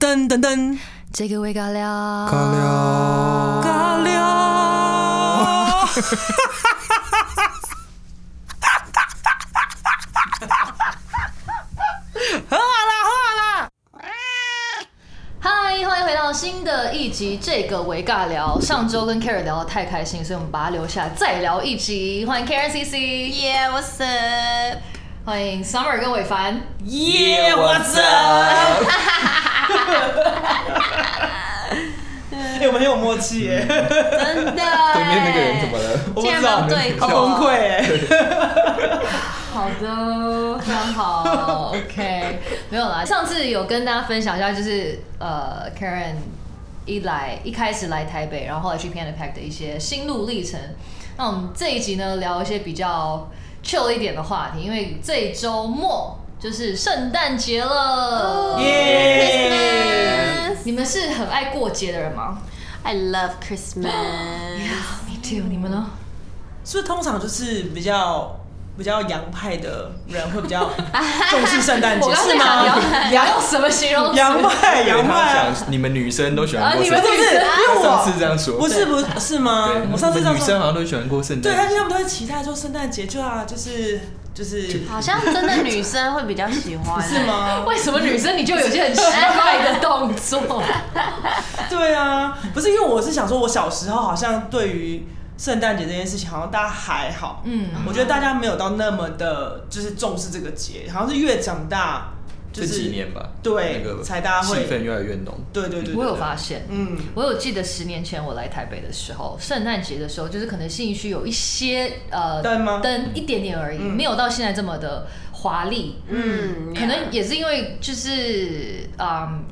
噔噔噔，这个味尬聊，尬聊尬 聊。哎嗨，欢迎回到新的一集《这个为尬聊》。上周跟 Karen 聊得太开心，所以我们把它留下来再聊一集。欢迎 Karen CC， Yeah, what's up？欢迎 Summer 跟伟凡。耶，我操！哎，我们很有默契耶，真的，对面那个人怎么？了？我不竟知然道没有，对好过，嗯崩溃哎。好的，非常 好，OK，没有啦。上次有跟大家分享一下，就是呃，Karen 一来一开始来台北，然后后来去 p a n a Pack 的一些心路历程。那我们这一集呢，聊一些比较 chill 一点的话题，因为这周末就是圣诞节了。耶！你们是很爱过节的人吗 I love Christmas。 ？Me too。你们呢？是不是通常就是比较比较洋派的人会比较重视圣诞节， 我刚是才想吗聊，？你要用什么形容词？洋派，对洋他派，啊想你们女生都喜欢啊过你圣们诞是节，不是？因为他上次我这样说，不是不是是吗对，？我上次你这样们女生说，好像都喜欢过圣对，但诞是节，他们都会期待说圣诞节就啊，就是就是好像真的女生会比较喜欢，是？吗？ 为什么女生你就有些很奇怪的动作？对啊，不是因为我是想说，我小时候好像对于圣诞节这件事情，好像大家还好，嗯我觉得大家没有到那么的，就是重视这个节，好像是越长大，就这是几年吧，对那个才大家气会氛越来越浓。对对对对我有发现，嗯，我有记得十年前我来台北的时候，圣诞节的时候，就是可能信义区有一些呃灯吗灯一点点而已，嗯没有到现在这么的华丽。嗯，可能也是因为就是嗯，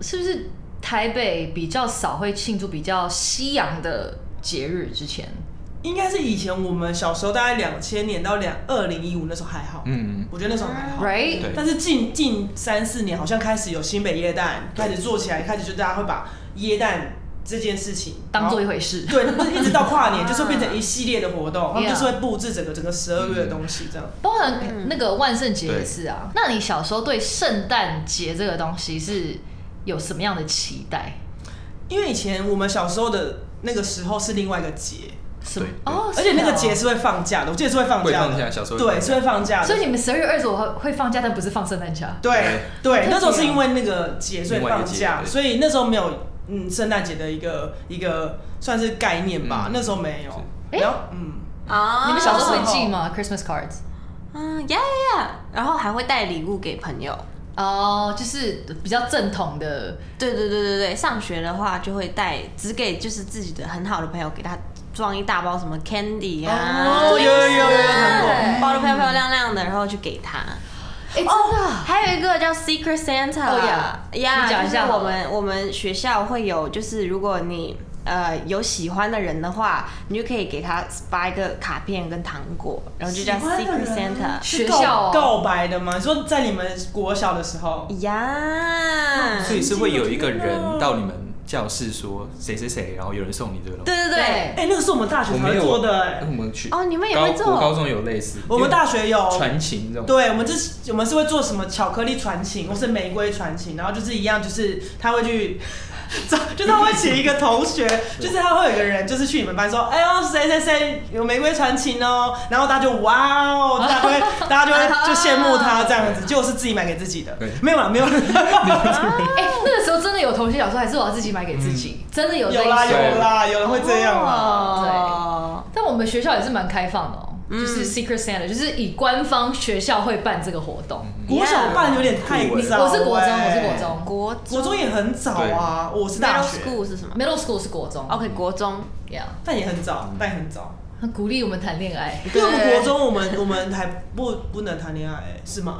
是不是台北比较少会庆祝比较西洋的节日？之前应该是以前我们小时候，大概两千年到两二零一五那时候还好，嗯，我觉得那时候还好。 ，right？对但是近近三四年，好像开始有新北耶诞开始做起来，开始就大家会把耶诞这件事情当 做一回回事。对，不是一直到跨年，就是变成一系列的活动，他们啊就 Yeah 是会布置整个整个十二月嗯的东西这样。包含那个万圣节也是嗯啊。那你小时候对圣诞节这个东西是有什么样的期待？因为以前我们小时候的那个时候是另外一个节，什么对？哦，而且那个节是是会放假的，我记得是会放假的，会放假小时候会对放假是会放假啊，的，所以你们十二月二十五号会放假，但不是放圣诞假。对对对，那时候是因为那个节所以放另外一假，个节对所以那时候没有嗯圣诞节的一个一个算是概念吧，嗯那时候没有。诶然后嗯，啊，你们小时候哦会寄吗？Christmas cards？嗯，yeah yeah，yeah 然后还会带礼物给朋友。哦，就是比较正统的，对对对对对，上学的话就会带，只给就是自己的很好的朋友，给他装一大包什么 candy 啊，哦有有有有有看过对包的漂漂亮亮的，然后去给他。哎，真的还有一个叫 Secret Santa，Oh, 哦呀呀你讲一下就是好我了们我们学校会有，就是如果你呃有喜欢的人的话，你就可以给他发一个卡片跟糖果，然后就叫喜欢的 Secret 人 Santa。是学告校哦告白的吗？你说在你们国小的时候，哦呀，所以是会有一个天哪人到你们教室说谁谁谁，然后有人送你这个东西。对对对，哎，那个是我们大学我才们会有做的哎我，们去哦你们也高会做国高中有类似，我们大学有有传情这种。对，我们这我们是会做什么巧克力传情，或是玫瑰传情，然后就是一样，就是他会去找，就是他会请一个同学，就是他会有一个人，就是去你们班说，哎呦谁谁谁有玫瑰传情哦，然后大家就哇哦，大家就会大家就会就羡慕他这样子，就是自己买给自己的对，没有啦，没有啦，哎，那个时候真的有同学想说，还是我要自己买给自己，真的有这嗯有一啦说。有啦，有人会这样啊啦，哦，但我们学校也是蛮开放的哦，嗯就是 Secret Santa，就是以官方学校会办这个活动。国小办有点太酷欸早、我是国中，欸我是国，中国国中也很早啊，我是大 middle 学， school 是什么，Middle School 是国中啊？OK，国中。 ，Yeah，但也很早，但也很早。很鼓励我们谈恋爱。因为我们国中我们我们还不不能谈恋爱、是吗？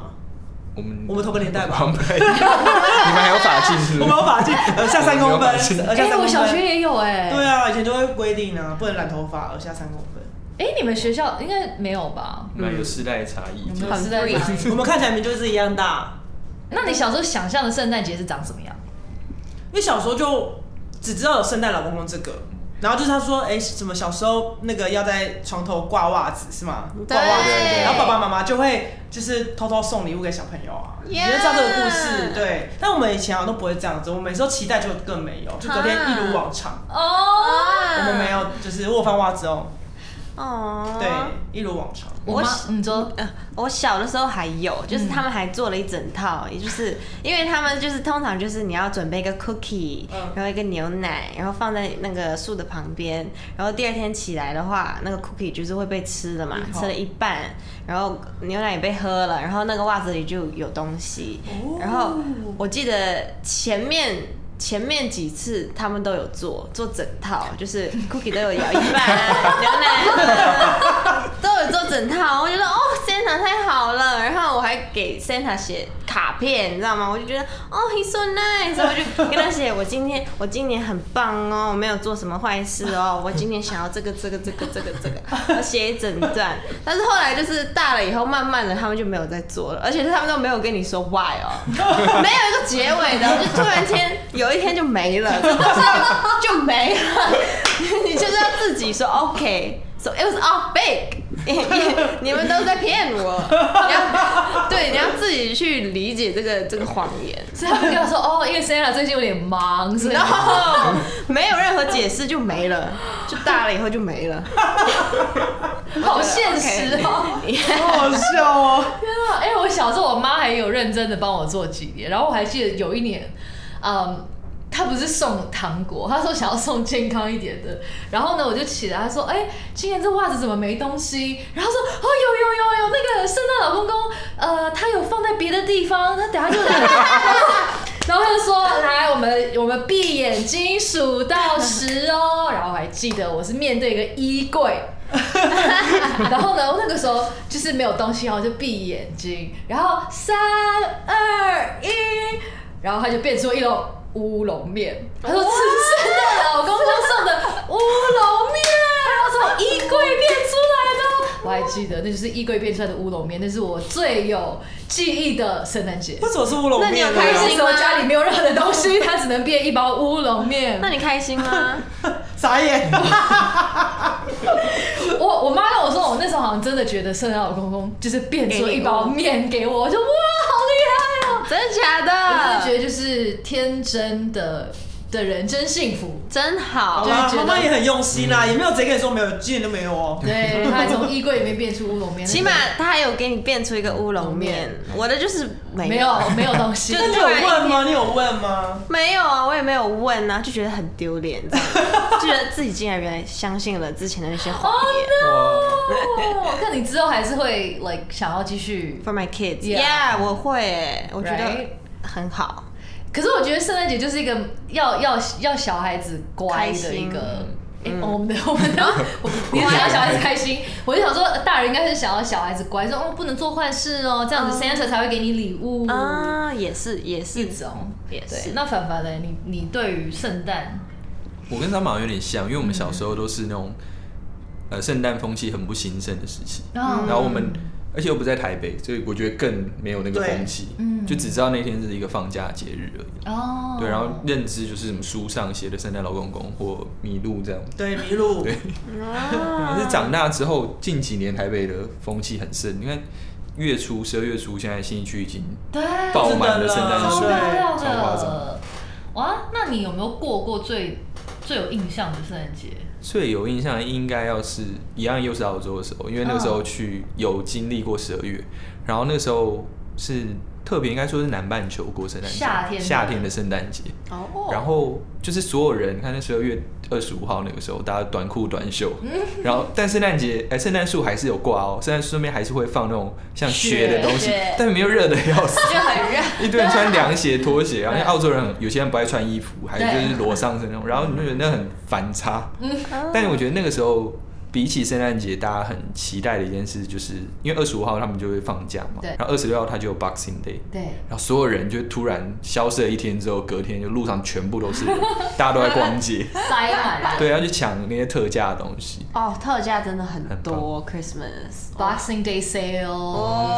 我们我们同个年代吧我们你们还有法镜是不是？我们有法 禁，呃，下三公分，我们有法禁呃，下哎、三我公小学分。也有哎、对啊，以前就会规定啊，不能染头发，耳下三公分。哎、你们学校应该没有吧？我们有世代差异，你们很是在 free 哪里？我们看起来明明就是一样大，那你小时候想象的圣诞节是长什么样？因为小时候就只知道有圣诞老公公这个，然后就是他说，哎，怎么小时候那个要在床头挂袜子是吗？对挂袜子，然后爸爸妈妈就会就是偷偷送礼物给小朋友啊。你 Yeah 就知道这个故事，对。但我们以前好像都不会这样子，我们有时候期待就更没有，就隔天一如往常。哦，我们没有，就是我有放袜子哦，哦，对，一如往常。我妈你说呃，我小的时候还有，就是他们还做了一整套，也就是因为他们就是通常就是你要准备一个 cookie，、嗯然后一个牛奶，然后放在那个树的旁边，然后第二天起来的话，那个 cookie 就是会被吃的嘛，嗯吃了一半，然后牛奶也被喝了，然后那个袜子里就有东西，然后我记得前面。前面几次他们都有做做整套，就是 cookie 都有咬一半， 牛奶都有做整套，我觉得哦，Santa 太好了，然后我还给 Santa 写卡片，你知道吗？我就觉得哦，he's so nice，所以我就跟他写我今天 我今年很棒哦，我没有做什么坏事哦，我今年想要这个这个这个这个这个，我写一整段。但是后来就是大了以后，慢慢的他们就没有再做了，而且他们都没有跟你说 why 哦，没有一个结尾的，就突然间有一天就没 了，这东西就就没了，你就是要自己说 OK。So it was all fake 。你们都在骗我，你要对，你要自己去理解这个这个谎言，所以他们跟我说，哦，因为 Santa 最近有点忙，所以然后没有任何解释就没了，就大了以后就没了。好现实哦。好好笑哦！ 天啊！哎、我小时候我妈还有认真的帮我做几年，然后我还记得有一年，嗯，她不是送糖果，她说想要送健康一点的，然后呢我就起来，她说，哎、今年这袜子怎么没东西？然后说，哦，有有有有，那个圣诞老公公，呃，他有放在别的地方，那等下就来。然后他就说：“来，我们我们闭眼睛数到十哦。”然后我还记得我是面对一个衣柜，然后呢，我那个时候就是没有东西，然后我就闭眼睛，然后三二一，然后他就变出一笼乌龙面，他说这是圣诞老公公送的乌龙面，然后从衣柜变出来的。我还记得，那就是衣柜变出来的乌龙面，那是我最有记忆的圣诞节。为什么是乌龙那你有面呢？开开心心，我家里没有任何的东西，它只能变一包乌龙面。那你开心吗？傻眼，我我妈跟我说，我那时候好像真的觉得圣诞老公公就是变出一包面给我，我就哇，好厉害哦！ 真的我假真的的？觉得就是天真的的人真幸福。真好好就，啦，觉得妈妈也很用心啊嗯啦，也没有谁跟你说没有，今年都没有哦。对，她还从衣柜里面变出乌龙面，起码他还有给你变出一个乌龙面，我的就是没没有没有东 西，那就你有问吗？你有问吗？没有啊，我也没有问啊，就觉得很丢脸，这样就觉得自己竟然原来相信了之前的那些谎言。哇，哦，Oh 看你之后还是会 like 想要继续 For my kids, Yeah. yeah，我会欸，我觉 Right? 得很好。可是我觉得圣诞节就是一个要要要小孩子乖的一个。嗯诶我们的我 们的，我你是想要小孩子开心，我就想说，呃大人应该是想要小孩子乖，说哦不能做坏事哦，这样子 Santa 才会给你礼物啊，也是也是这种。也对是，。那凡凡呢？你你对于圣诞我跟张马有点像，因为我们小时候都是那种呃圣诞风气很不兴盛的时期，哦然后我们而且又不在台北，所以我觉得更没有那个风气，就只知道那天是一个放假节日而已。哦，对，然后认知就是什么书上写的圣诞老公公或麋鹿这样。对，麋鹿，对，可是长大之后，近几年台北的风气很盛，你看月初十二月初，现在新一区已经对，爆满了圣诞超树，漂亮超夸张。的，哇！那你有没有过过最最有印象的圣诞节？最有印象应该要是一样又是澳洲的时候，因为那个时候去有经历过十二月，然后那个时候是特别应该说是南半球过圣诞节，夏天的夏天的圣诞节，哦，然后就是所有人，你看那十二月二十五号那个时候，大家短裤短袖，嗯然后但圣诞节哎，圣诞树还是有挂哦，圣诞树上面还是会放那种像雪的东西雪，但没有热的要死， 就很热。 一堆人穿凉鞋拖鞋，然后像澳洲人很有些人不爱穿衣服，还有就是裸上身那种，然后你就觉得那很反差。嗯但我觉得那个时候比起圣诞节，大家很期待的一件事，就是因为二十五号他们就会放假嘛对，然后二十六号他就有 Boxing Day。对，然后所有人就突然消失了一天之后，隔天就路上全部都是人，大家都在逛街，塞满了。对，要去抢那些特价的东西。哦，特价真的很很多，Christmas。 Boxing Day Sale，、哦，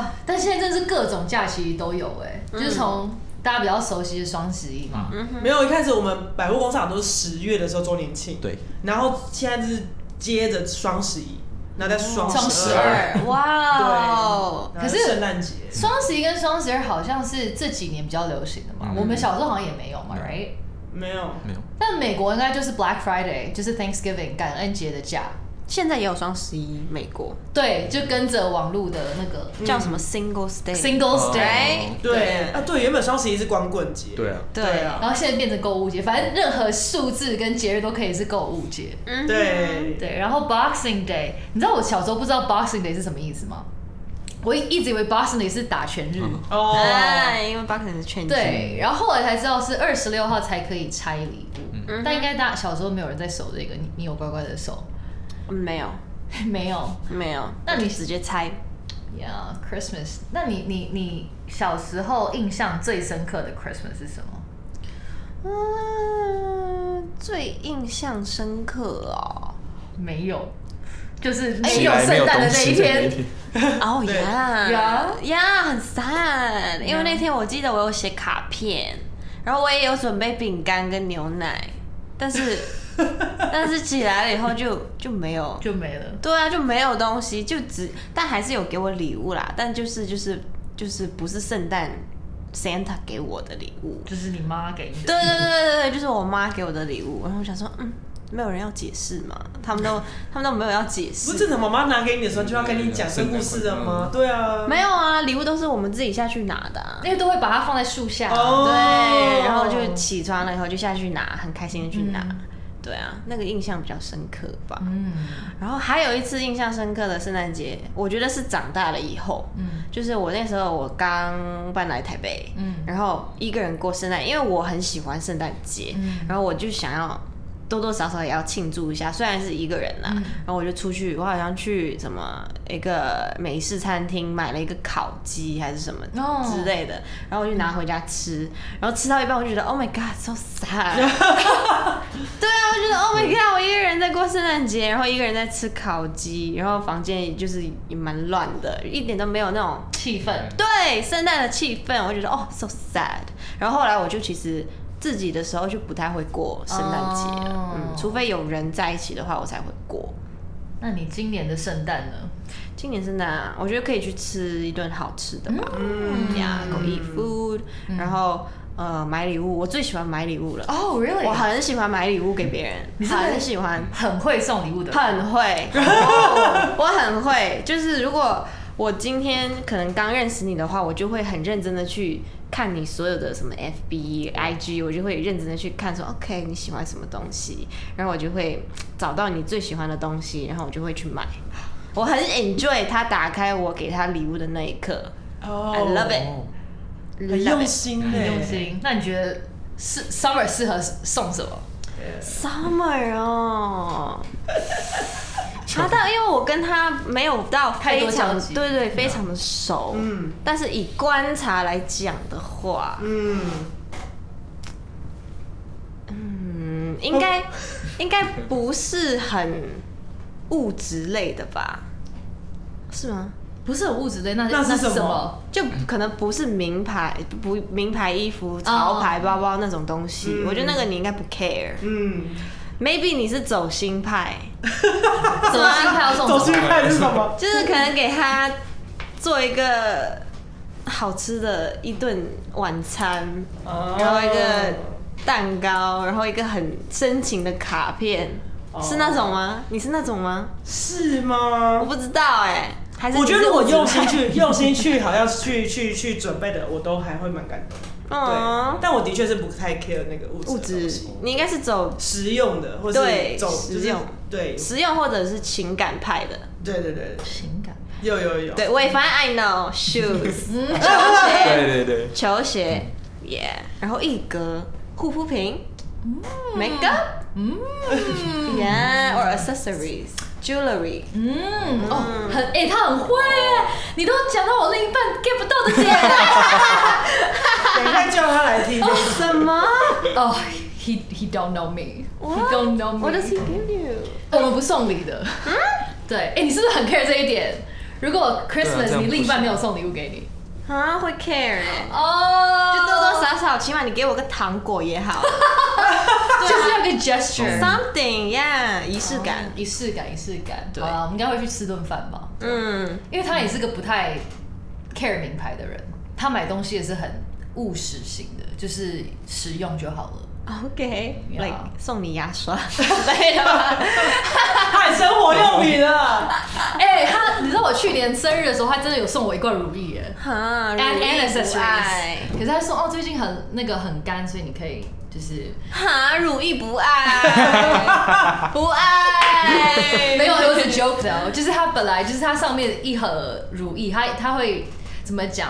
欸嗯但现在真是各种假期都有哎、就是从大家比较熟悉的双十一嘛。没有，一开始我们百货工厂都是十月的时候周年庆，对，然后现在就是接着双十一，然后再双双十十二，二二，哇哦！对，可是然后圣诞节嗯双十一跟双十二好像是这几年比较流行的嘛，嗯我们小时候好像也没有嘛，right？没有，没有，但美国应该就是 Black Friday，就是 Thanksgiving 感恩节的假，现在也有双十一，美国对，就跟着网络的那个叫什么 Singles Day？ Singles Day，、哦对啊，对，原本双十一是光棍节，对啊，对啊然后现在变成购物节，反正任何数字跟节日都可以是购物节。嗯，对，对，然后 Boxing Day，你知道我小时候不知道 Boxing Day 是什么意思吗？我一直以为 Boxing Day 是打全日，嗯哦，哎，因为 Boxing 是全对，然后后来才知道是二十六号才可以拆礼嗯物，嗯但应该大小时候没有人在守这个，你你有乖乖的守 嗯没有没有没有，那你就直接猜？Yeah，Christmas。那你你你小时候印象最深刻的 Christmas 是什么？嗯，最印象深刻哦。没有，就是起没有来没哎圣有诞的东那一西的那一天。天，哦对呀呀呀，很 sad，因为那天我记得我有写卡片，然后我也有准备饼干跟牛奶，但是但是起来了以后就就没有，就没了。对啊，就没有东西，就只但还是有给我礼物啦，但就是就是就是不是圣诞 Santa 给我的礼物，就是你妈给你的。对对对对对，就是我妈给我的礼物，然后我想说，嗯，没有人要解释嘛，他们都他们都没有要解释，不是正常妈妈拿给你的时候就要跟你讲这故事的吗？对啊，没有啊，礼物都是我们自己下去拿的、啊。因为都会把它放在树下。啊哦对，然后就起床了以后就下去拿，很开心的去拿。嗯对啊，那个印象比较深刻吧。嗯然后还有一次印象深刻的圣诞节，我觉得是长大了以后，嗯就是我那时候我刚搬来台北，嗯然后一个人过圣诞，因为我很喜欢圣诞节，嗯然后我就想要多多少少也要庆祝一下，虽然是一个人啦、嗯然后我就出去，我好像去什么一个美式餐厅买了一个烤鸡还是什么哦之类的然后我就拿回家吃，然后吃到一半我就觉得 Oh my God，so sad。对啊，我觉得 Oh my God，我一个人在过圣诞节，然后一个人在吃烤鸡，然后房间也就是也蛮乱的，一点都没有那种气氛。对圣诞的气氛，我觉得哦，so sad。然后后来我就其实自己的时候就不太会过圣诞节了哦嗯，除非有人在一起的话，我才会过。那你今年的圣诞呢？今年圣诞啊，我觉得可以去吃一顿好吃的吧，嗯呀、go eat food，、然后呃买礼物，我最喜欢买礼物了。哦、r e a l l y 我很喜欢买礼物给别人，你是不是很喜欢，很会送礼物的人。很会，哦我很会。就是如果我今天可能刚认识你的话，我就会很认真的去看你所有的什么 FB、IG，我就会认真的去看说，OK，你哦喜欢什么东西，然后我就会找到你最喜欢的东西，然后我就会去买。我很 enjoy 他打开我给他礼物的那一刻哦，I love it，哦 love it，很用心呢，很用心。那你觉得是 Summer 适合送什么？ Summer 哦，他但因为我跟他没有到太非多交常集对对非常的熟，嗯嗯，但是以观察来讲的话，嗯，嗯，应该 应该不是很物质类的吧？是吗？不是很物质类，那那是那什么么？就可能不是名牌不名牌衣服、潮牌包包那种东西，嗯我觉得那个你应该不 care。嗯， Maybe 你是走心派，走心派要送走什 心么？派是什 么？就是可能给他做一个好吃的一顿晚餐，然后一个哦蛋糕，然后一个很深情的卡片，哦是那种吗？你是那种吗？是我吗？不知道哎、还是我觉得你是如果用心自己 去用心去，好像去去去准备的，我都还会蛮感动。买，对嗯，，但我的确是不太 care 那个物质物的东质西，你应该是走实用的，或是对走实就是用对实用或者是情感派的。对对对对，情感。有有有，对，我也反正 I know shoes 嗯，对对对，球鞋，yeah，然后一格护肤品，makeup。 嗯 Yeah, or accessories, jewelry. 嗯，哦，很哎、他很会耶，你都讲到我另一半 get 不到的 点。等一下叫他来 听。什么哦、h e he don't know me, he don't know me。 ？What does he give you? 我们不送礼的。嗯，对，哎、你是不是很 care 这一点？如果这 Christmas 啊样你不另一半行没有送礼物给你，啊，会 care 欸哦，就多多少少，起码你给我个糖果 也好就是要个 gesture， ，something yeah，仪式感。仪式感，仪式感。对好啊啦我们应该会去吃顿饭吧，嗯，因为他也是个不太 care 名牌的人，他买东西也是很务实型的，就是实用就好 了。Yeah OK，like 送你 牙刷之类的吧。太生活用品了。哎、他，你知道我去年生日的时候，他真的有送我一罐如意 耶哈， ，and 如意不 accessories 爱。。可是他说哦，最近很那个很干，所以你可以就是哈，如意不 爱，不爱。没 有，有点 joke 的哦，就是它本来就是它上面一盒如意，它它会怎么讲？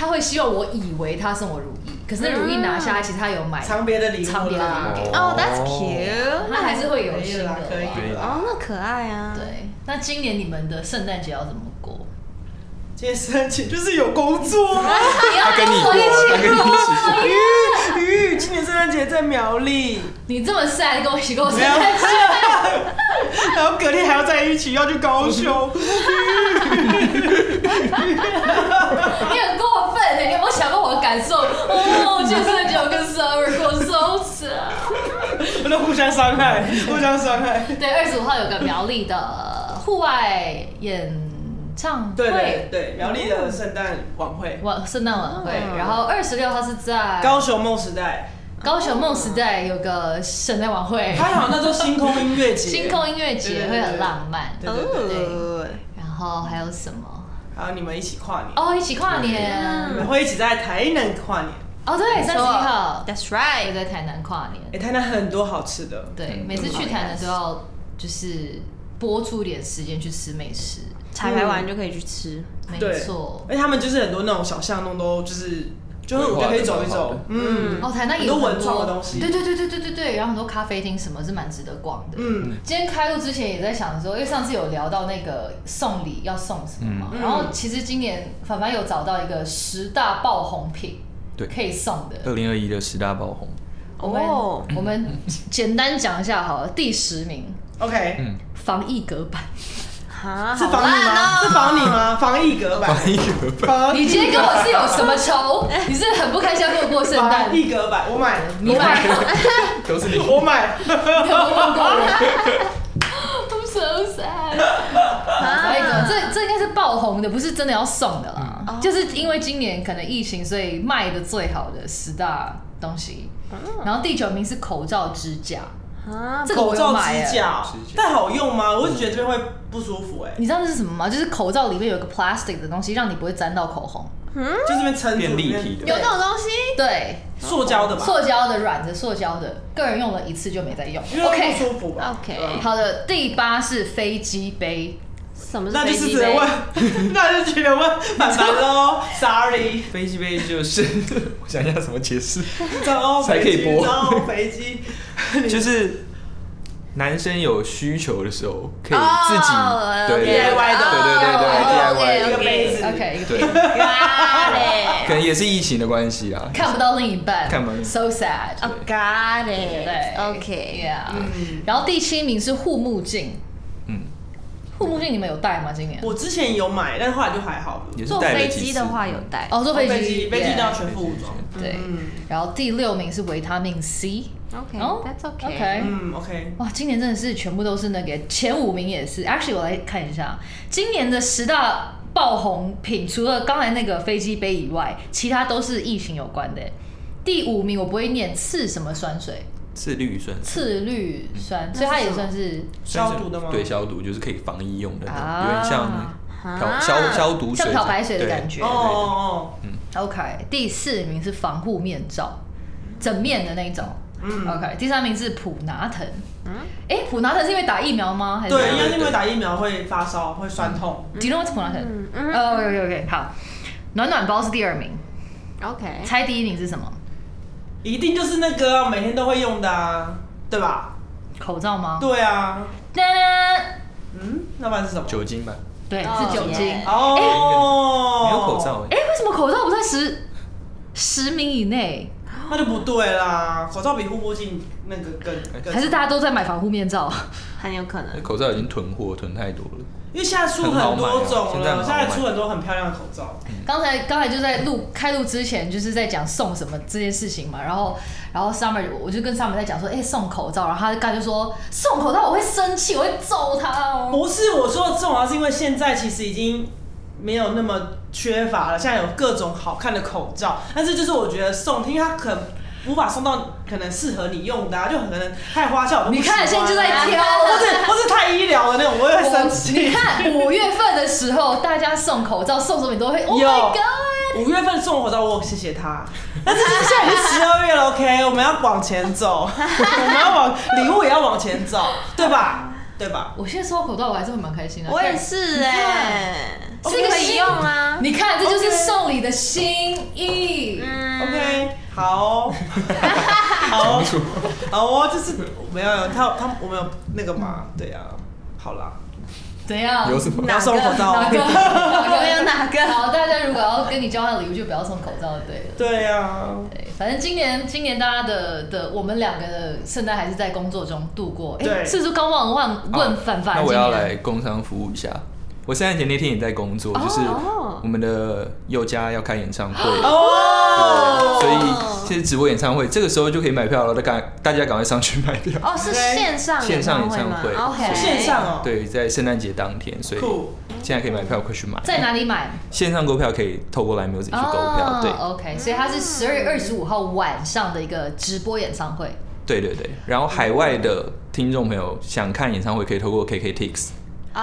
他会希望我以为他送我如意，可是那如意拿下来，其实他有买，藏别的礼藏物别的啦礼，物哦，that's cute。那还是会有心的啦。可以啦可以啦哦，那可爱啊。。对，那今年你们的圣诞节要怎么过？今天申请就是有工作啊。他跟你过，他跟你哎一鱼鱼，今年圣诞节在苗栗，你这么晒，跟我一起过圣没有诞节，然后隔天还要在一起，要去高雄。你很过分哎！你有没有想过我的感受？哦，今年圣诞节我跟 Summer 过收拾。我都互相伤 害，互相伤害。对，二十五号有个苗栗的户外演唱会，对对对，苗栗的圣诞晚会，晚圣诞晚会，嗯然后二十六号是在高雄梦时代，高雄梦时代有个圣诞晚会，还好那时候星空音乐节，星空音乐节会很浪漫。对对对，哦。然后还有什么？还有你们一起跨年，哦，一起跨我年。们会一起在台南跨年。哦，对，三十一号 That's 也 right。在台南跨年。哎，台南很多好吃的，对，每次去台南都要就是播出一点时间去吃美食，彩排完就可以去吃。没对哎错。而且他们就是很多那种小巷弄都就是，就是我就可以走一走，嗯哦，台南很也有多很文创的东西对对对对对对对，然后很多咖啡厅什么是蛮值得逛的。嗯，今天开录之前也在想说，因为上次有聊到那个送礼要送什么嘛，嗯然后其实今年凡凡有找到一个十大爆红品，对可以送的。二零二一的十大爆红，我们、哦我们简单讲一下好了，第十名，OK，嗯，防疫隔板，哈，是好防你烂吗？哦是防你吗？防疫隔板，防疫隔板，防你今天跟我是有什么哦仇？你是很不开心要跟我过圣诞防？疫隔板，我买，你买，都是你。 我买，没有问过我。I'm so sad。 啊还有一个，这这应该是爆红的，不是真的要送的啦，嗯哦就是因为今年可能疫情，所以卖的最好的十大东西。然后第九名是口罩支架，啊，这个哦口我有罩买、支欸。架支架，但好用吗？我只觉得这边会不舒服，哎，你知道这是什么吗？就是口罩里面有个 plastic 的东西，让你不会沾到口红。就这边撑住，变立体的有有这种东西？对，塑胶的吧，塑胶的、软的、塑胶的，个人用了一次就没再用。因为会不 OK，舒服吧嗯 OK 对吧好的，第八是飞机杯，什么是那就飞是机只能杯？问， 那就只能问凡凡喽，Sorry，飞机杯就是， 我想一下怎么解释，走才可以播走飞机， 就是男生有需求的时候可以哦自己了解对对对对对哦对 DIY 一个杯子 OK，一个杯对， Got it. 可能也是疫情的关系啊啦，看不到另一半看不到另一半，so sad。 Oh, got it. 对 OK. Yeah，、嗯然后第七名是护目镜，嗯，护目镜你们有戴吗？今年？我之前有买，但后来就还好了。也是坐带了飞几机次的话有带。哦，坐飞飞机，机飞机都要 yeah，全副武装。对。嗯然后第六名是维他命 C， OK, 哦 that's OK 嗯，OK，哇，今年真的是全部都是那个前五名也是。Actually，我来看一下今年的十大爆红品，除了刚才那个飞机杯以外，其他都是疫情有关的。第五名我不会念次什么酸水，是绿酸次氯酸，所以它也算是消毒的吗？对，消毒就是可以防疫用的那啊种，有点像漂啊消消毒水像之，漂白水的感对觉。哦哦哦， OK，第四名是防护面罩，整面的那一种。OK，第嗯三名是普拿疼。嗯，哎，普拿疼是因为打疫苗吗？还是对，因为因为打疫苗会发烧，会酸痛。 Do you know what's 普拿疼？嗯哦，OK OK，好。暖暖包是第二名， OK，猜第一名是什么？一定就是那个啊每天都会用的啊，对吧？口罩吗？对啊，噔噔嗯，那不然是什么？酒精吧，对，哦是酒精。耶哦，没有口罩哎，欸为什么口罩不在十十名以内？那就不对啦。口罩比护目镜那个更更，还是大家都在买防护面罩？很有可能。口罩已经囤货囤太多了。因为现在出很多种很好买啊现在很了，好买现在出很多很漂亮的口罩。刚才刚才就在录开录之前，就是在讲送什么这件事情嘛，然后然后 Summer 我就跟 Summer 在讲说，哎、送口罩，然后他刚才就说送口罩我会生气，我会揍他哦。不是我说的这种啊，是因为现在其实已经没有那么缺乏了，现在有各种好看的口罩，但是就是我觉得送，因为它可能无法送到可能适合你用的、啊，就很可能太花俏。我都不你看喜欢现在就在挑啊或是或是太医疗的那种，我也会生你气。看五月份的时候，大家送口罩送什么你都会，Oh 有 my god！五月份送口罩，我谢谢他。但是现在已经十二月了，OK，我们要往前走，我们要往礼物也要往前走，对吧？对吧？我现在收到口罩我还是会蛮开心的。我也是哎、看是可以用啊但。你看这就是 OK 送礼的心意。嗯 OK，好 哦、好哦、好哦，就是没有他他我们有那个嘛，对啊，好啦，怎样？有什么不？要送口罩嗯哪个？哦，哪个没有哪个好，大家如果要跟你交换礼物，就不要送口罩，对了。对啊，对，反正今年今年大家的的我们两个的圣诞还是在工作中度过。哎、对是不是刚忘忘问范范、啊那我要今来年工商服务一下。我圣诞节那天也在工作，就是哦我们的佑嘉要开演唱会，哦，所以其实直播演唱会这个时候就可以买票了，大赶大家赶快上去买票。哦，是线上线上演会吗唱会？OK，线上哦，对，在圣诞节当天，所以酷现在可以买票，快去买。在哪哦里买？线上购票可以透过 Line Music 去购票，对。 o k 所以它是十二月二十五号晚上的一个直播演唱会。对对对，然后海外的听众朋友想看演唱会，可以透过 KKTix，对，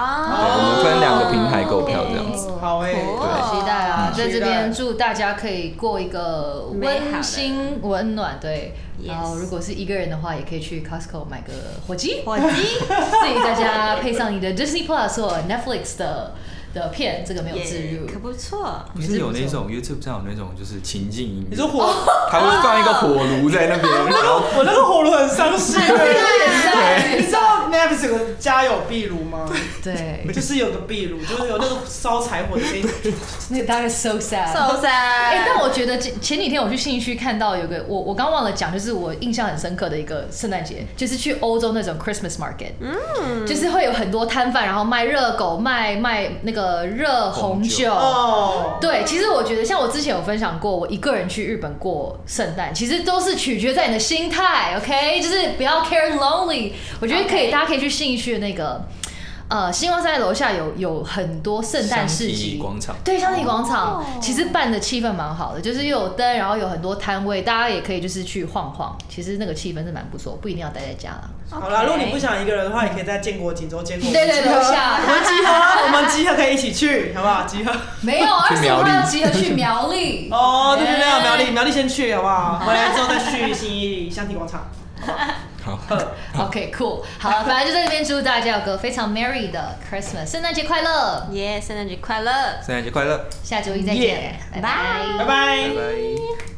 哦啊，我们分两个平台购票这样子。好诶、对期待啊！期在待这边祝大家可以过一个温馨温暖，对。 Yes 然后如果是一个人的话，也可以去 Costco 买个火鸡，火鸡自己在家配上你的 Disney Plus 或 Netflix 的的片，这个没有置入也。可不错。不是有那种 YouTube 上有那种就是情境音乐，你说哦火，他会放一个火炉在 那边，然后我那个火炉很伤心诶、 对你知道 Naps 有个家有壁炉吗？对，就是有个壁炉，就是有那个烧柴火的声 音。那大概 so sad。 So sad，哎、哎但我觉得前前几天我去信义区看到有个我我刚忘了讲，就是我印象很深刻的一个圣诞节，就是去欧洲那种 Christmas market，嗯，就是会有很多摊贩，然后卖热狗，卖卖那个热红红酒酒。哦，对，其实我觉得像我之前有分享过，我一个人去日本过圣诞，其实都是取决在你的心态，OK，就是不要 care lonely。我觉得可以大家可以去信义区的那个。呃，星光山楼下有有很多圣诞市香集缇广场对，香缇广场、哦其实办的气氛蛮好的，就是又有灯，然后有很多摊位，大家也可以就是去晃晃，其实那个气氛是蛮不错，不一定要待在家啦。好啦，如果你不想一个人的话，也可以在建国锦州建国。对对，楼下我们集合，我们集合可以一起去，好不好？集合。没有啊二去十苗五栗号集合去苗栗 哦，对对哎对，苗栗苗栗先去好不好？回来之后再去新义香缇广场。好， OK，cool，、好了，反正就在这边祝大家有个非常 merry 的 Christmas，圣诞节快乐！耶，圣诞节快乐！圣诞节快乐，下周一再见 Yeah，拜拜拜。拜拜拜拜。